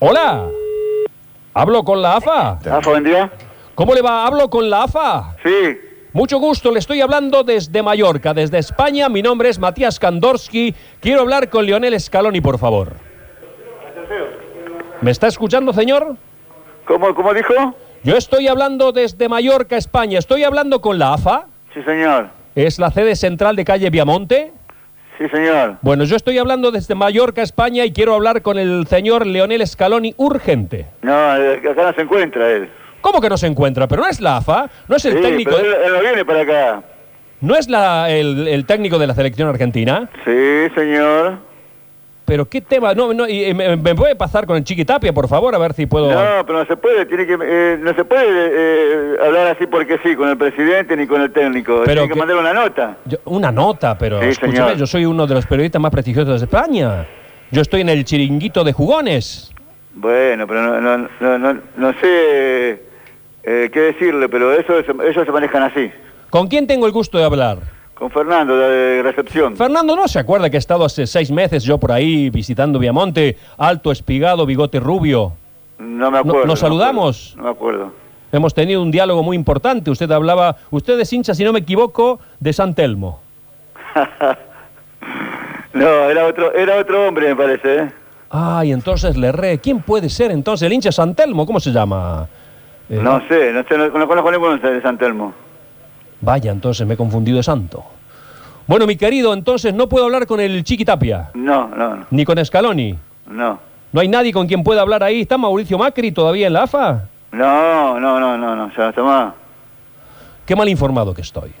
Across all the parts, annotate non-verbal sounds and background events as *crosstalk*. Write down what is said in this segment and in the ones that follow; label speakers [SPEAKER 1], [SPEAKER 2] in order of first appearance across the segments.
[SPEAKER 1] Hola. Hablo con la AFA.
[SPEAKER 2] Rafa, buen día.
[SPEAKER 1] ¿Cómo le va? Hablo con la AFA.
[SPEAKER 2] Sí,
[SPEAKER 1] Mucho gusto, le estoy hablando desde Mallorca, desde España. Mi nombre es Matías Kandorsky. Quiero hablar con Lionel Scaloni, por favor. ¿Me está escuchando, señor?
[SPEAKER 2] ¿cómo, cómo dijo?
[SPEAKER 1] Yo estoy hablando desde Mallorca, España. Estoy hablando con la AFA.
[SPEAKER 2] Sí, señor.
[SPEAKER 1] Es la sede central de calle Viamonte.
[SPEAKER 2] Sí, señor.
[SPEAKER 1] Bueno, yo estoy hablando desde Mallorca, España, y quiero hablar con el señor Leonel Scaloni urgente.
[SPEAKER 2] No, eh, acá no se encuentra él.
[SPEAKER 1] ¿Cómo que no se encuentra? Pero no es la AFA, no es el
[SPEAKER 2] sí,
[SPEAKER 1] técnico, ¿eh?
[SPEAKER 2] pero él, él no viene para acá.
[SPEAKER 1] no es la- el, el técnico de la selección argentina.
[SPEAKER 2] Sí, señor.
[SPEAKER 1] Pero qué tema, no, no, y, eh, me, me puede pasar con el Chiquitapia, por favor, a ver si puedo.
[SPEAKER 2] No, pero no se puede, tiene que, eh, no se puede eh, hablar así porque sí, con el presidente ni con el técnico.
[SPEAKER 1] Pero
[SPEAKER 2] tiene que
[SPEAKER 1] que-
[SPEAKER 2] mandar una nota.
[SPEAKER 1] Yo- una nota, pero
[SPEAKER 2] Sí,
[SPEAKER 1] escúchame,
[SPEAKER 2] señor.
[SPEAKER 1] yo soy uno de los periodistas más prestigiosos de España. Yo estoy en el chiringuito de jugones.
[SPEAKER 2] Bueno, pero no, no, no, no, no sé eh, qué decirle, pero eso, se- ellos se manejan así.
[SPEAKER 1] ¿Con quién tengo el gusto de hablar?
[SPEAKER 2] Con Fernando, de- de recepción.
[SPEAKER 1] Fernando no se acuerda que he estado hace seis meses yo por ahí visitando Viamonte, alto, espigado, bigote rubio.
[SPEAKER 2] no me
[SPEAKER 1] no-
[SPEAKER 2] acuerdo.
[SPEAKER 1] ¿nos
[SPEAKER 2] no me acuerdo,
[SPEAKER 1] saludamos?
[SPEAKER 2] No me acuerdo.
[SPEAKER 1] Hemos tenido un diálogo muy importante. Usted hablaba, usted es hincha, si no me equivoco, de San Telmo.
[SPEAKER 2] No, era otro, era otro hombre, me parece. ¿eh?
[SPEAKER 1] Ay, entonces le erré. ¿Quién puede ser entonces el hincha San Telmo? ¿Cómo se llama? Eh,
[SPEAKER 2] No sé, no sé, no, no conozco ninguno de San Telmo.
[SPEAKER 1] Vaya, entonces me he confundido de santo. Bueno, mi querido, entonces no puedo hablar con el Chiqui Tapia,
[SPEAKER 2] No, no, no,
[SPEAKER 1] ni con Scaloni.
[SPEAKER 2] no.
[SPEAKER 1] No hay nadie con quien pueda hablar ahí. ¿Está Mauricio Macri todavía en la AFA?
[SPEAKER 2] No, no, no, no, no, ya no está más.
[SPEAKER 1] Qué mal informado que estoy.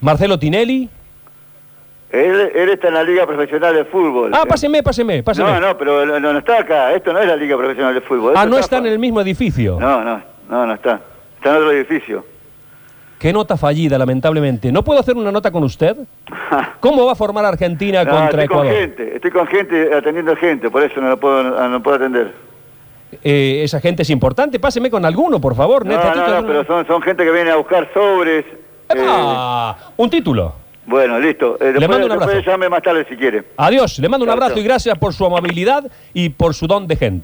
[SPEAKER 1] Marcelo Tinelli.
[SPEAKER 2] Él, él está en la Liga Profesional de Fútbol.
[SPEAKER 1] Ah,
[SPEAKER 2] Eh,
[SPEAKER 1] páseme, páseme, páseme.
[SPEAKER 2] No, no, pero no, no está acá. Esto no es la Liga Profesional de Fútbol.
[SPEAKER 1] ah,
[SPEAKER 2] esto
[SPEAKER 1] no está en
[SPEAKER 2] afuera.
[SPEAKER 1] el mismo edificio.
[SPEAKER 2] No, no, no, no está. Está en otro edificio.
[SPEAKER 1] Qué nota fallida, lamentablemente. ¿No puedo hacer una nota con usted? ¿Cómo va a formar Argentina
[SPEAKER 2] *laughs* No,
[SPEAKER 1] contra
[SPEAKER 2] estoy con
[SPEAKER 1] Ecuador?
[SPEAKER 2] gente, estoy con gente atendiendo gente, por eso no lo puedo, no, no puedo atender.
[SPEAKER 1] Eh, esa gente es importante. Páseme con alguno, por favor.
[SPEAKER 2] No,
[SPEAKER 1] Necesito
[SPEAKER 2] no,
[SPEAKER 1] hacer
[SPEAKER 2] no,
[SPEAKER 1] una-
[SPEAKER 2] pero son, son gente que viene a buscar sobres. eh,
[SPEAKER 1] ¡Epa! Un título.
[SPEAKER 2] bueno, listo. Eh, después,
[SPEAKER 1] mando un
[SPEAKER 2] después
[SPEAKER 1] abrazo.
[SPEAKER 2] llame más tarde si quiere.
[SPEAKER 1] Adiós. Le mando un
[SPEAKER 2] Chao,
[SPEAKER 1] abrazo
[SPEAKER 2] chao.
[SPEAKER 1] y gracias por su amabilidad y por su don de gente.